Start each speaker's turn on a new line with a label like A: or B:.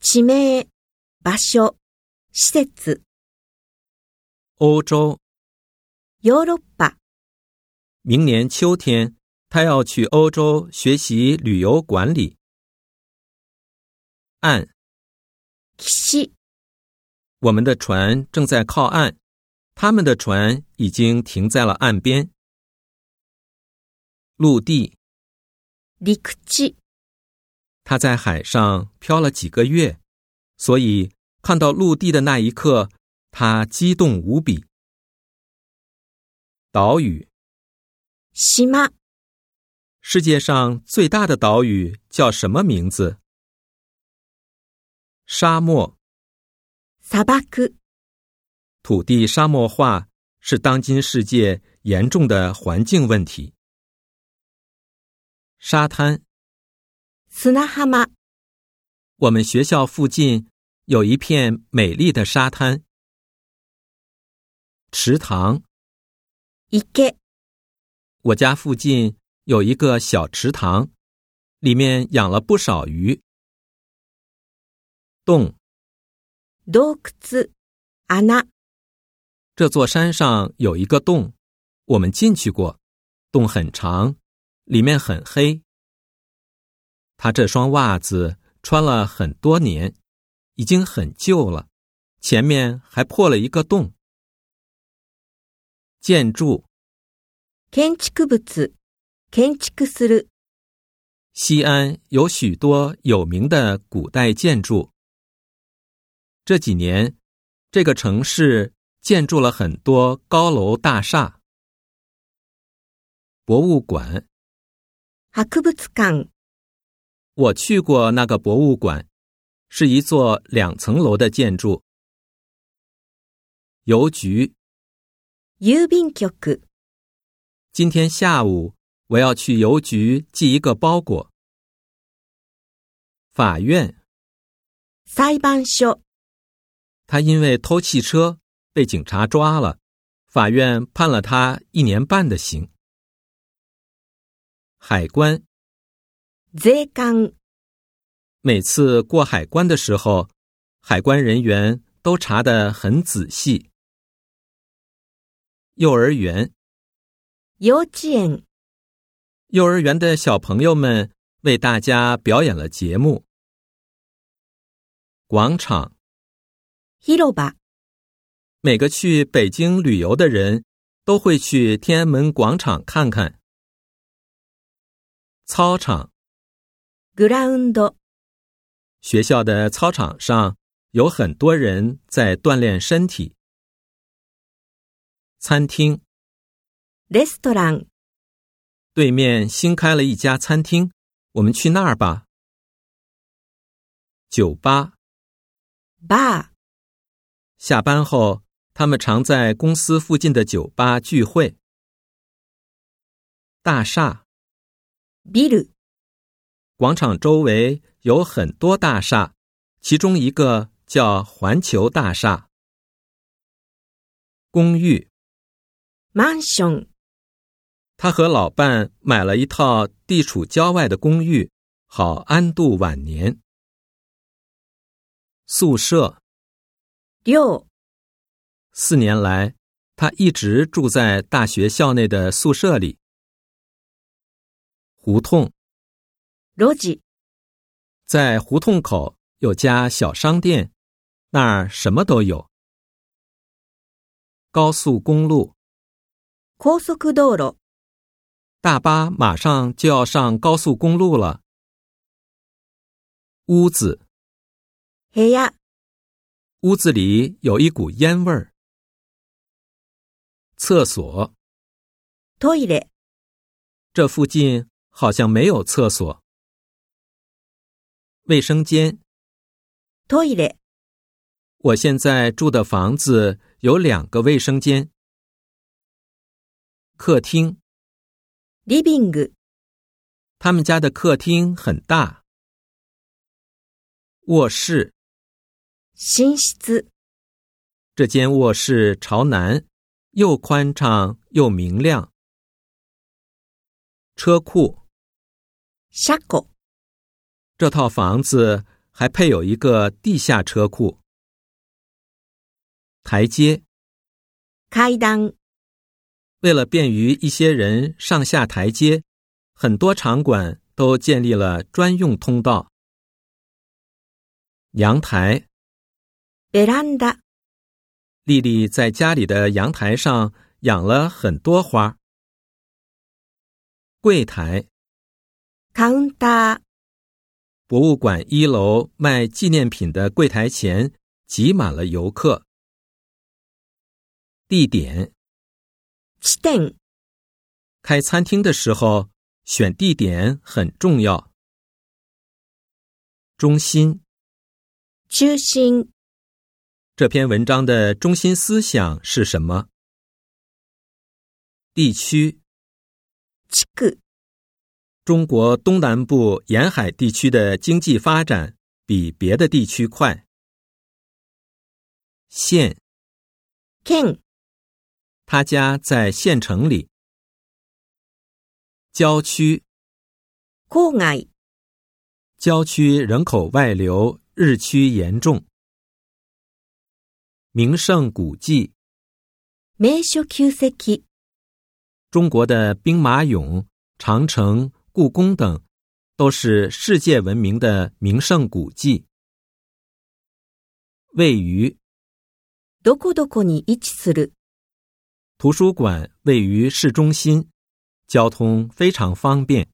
A: 地名、場所、施設、
B: 欧洲，
A: ヨーロッパ、
B: 明年秋天他要去欧洲学习旅游管理。岸，
A: 岸、
B: 我们的船正在靠岸，他们的船已经停在了岸边。陆地，
A: 陸地、
B: 他在海上漂了几个月，所以看到陆地的那一刻，他激动无比。岛屿，
A: 島、
B: 世界上最大的岛屿叫什么名字？沙漠，
A: 砂漠、
B: 土地沙漠化是当今世界严重的环境问题。沙滩，
A: 砂浜、
B: 我们学校附近有一片美丽的沙滩。池塘，
A: 池、
B: 我家附近有一个小池塘，里面养了不少鱼。洞，
A: 洞窟、穴、
B: 这座山上有一个洞，我们进去过，洞很长，里面很黑。他这双袜子穿了很多年，已经很旧了，前面还破了一个洞。建筑，
A: 建築物、建築する、
B: 西安有许多有名的古代建筑。这几年，这个城市建筑了很多高楼大厦。博物馆，
A: 博物館、
B: 我去过那个博物馆，是一座两层楼的建筑。邮局，
A: 郵便局、
B: 今天下午我要去邮局寄一个包裹。法院，
A: 裁判所、
B: 他因为偷汽车被警察抓了，法院判了他一年半的刑。海关，
A: 税関、
B: 每次过海关的时候，海关人员都查得很仔细。幼儿园，
A: 幼稚園、
B: 幼儿园的小朋友们为大家表演了节目。广场，
A: 広場、
B: 每个去北京旅游的人都会去天安门广场看看。操场，
A: グラウンド、
B: 学校的操场上有很多人在锻炼身体。餐厅
A: レストラン、
B: 对面新开了一家餐厅，我们去那儿吧。酒吧
A: バ
B: 下班后，他们常在公司附近的酒吧聚会。大厦。
A: ー、ビル、
B: 广场周围有很多大厦，其中一个叫环球大厦。公寓，
A: マンション、
B: 他和老伴买了一套地处郊外的公寓，好安度晚年。宿舍，
A: 寮、
B: 四年来，他一直住在大学校内的宿舍里。胡同，
A: 路地、
B: 在胡同口有家小商店，那儿什么都有。高速公路，
A: 高速道路、
B: 大巴马上就要上高速公路了。屋子，
A: 部屋、
B: 屋子里有一股烟味儿。厕所，
A: トイレ、
B: 这附近好像没有厕所。卫生间，
A: トイレ、
B: 我现在住的房子有两个卫生间。客厅，
A: リビング、
B: 他们家的客厅很大。卧室，
A: 寝室、
B: 这间卧室朝南，又宽敞又明亮。车库，
A: 車庫、
B: 这套房子还配有一个地下车库。台阶
A: 階段、
B: 为了便于一些人上下台阶，很多场馆都建立了专用通道。阳台
A: ベランダ、
B: 丽丽在家里的阳台上养了很多花。柜台，
A: カウンター、
B: 博物馆一楼卖纪念品的柜台前挤满了游客。地点，
A: 地点、
B: 开餐厅的时候选地点很重要。中心，
A: 中心、
B: 这篇文章的中心思想是什么？地区，
A: 地区、
B: 中国东南部沿海地区的经济发展比别的地区快。县，
A: 県、
B: 他家在县城里。郊区，
A: 郊外、
B: 郊区人口外流日趋严重。名胜古迹，
A: 名所旧跡、
B: 中国的兵马俑、长城、故宫等，都是世界闻名的名胜古迹。位于
A: どこどこに位置する、
B: 图书馆位于市中心，交通非常方便。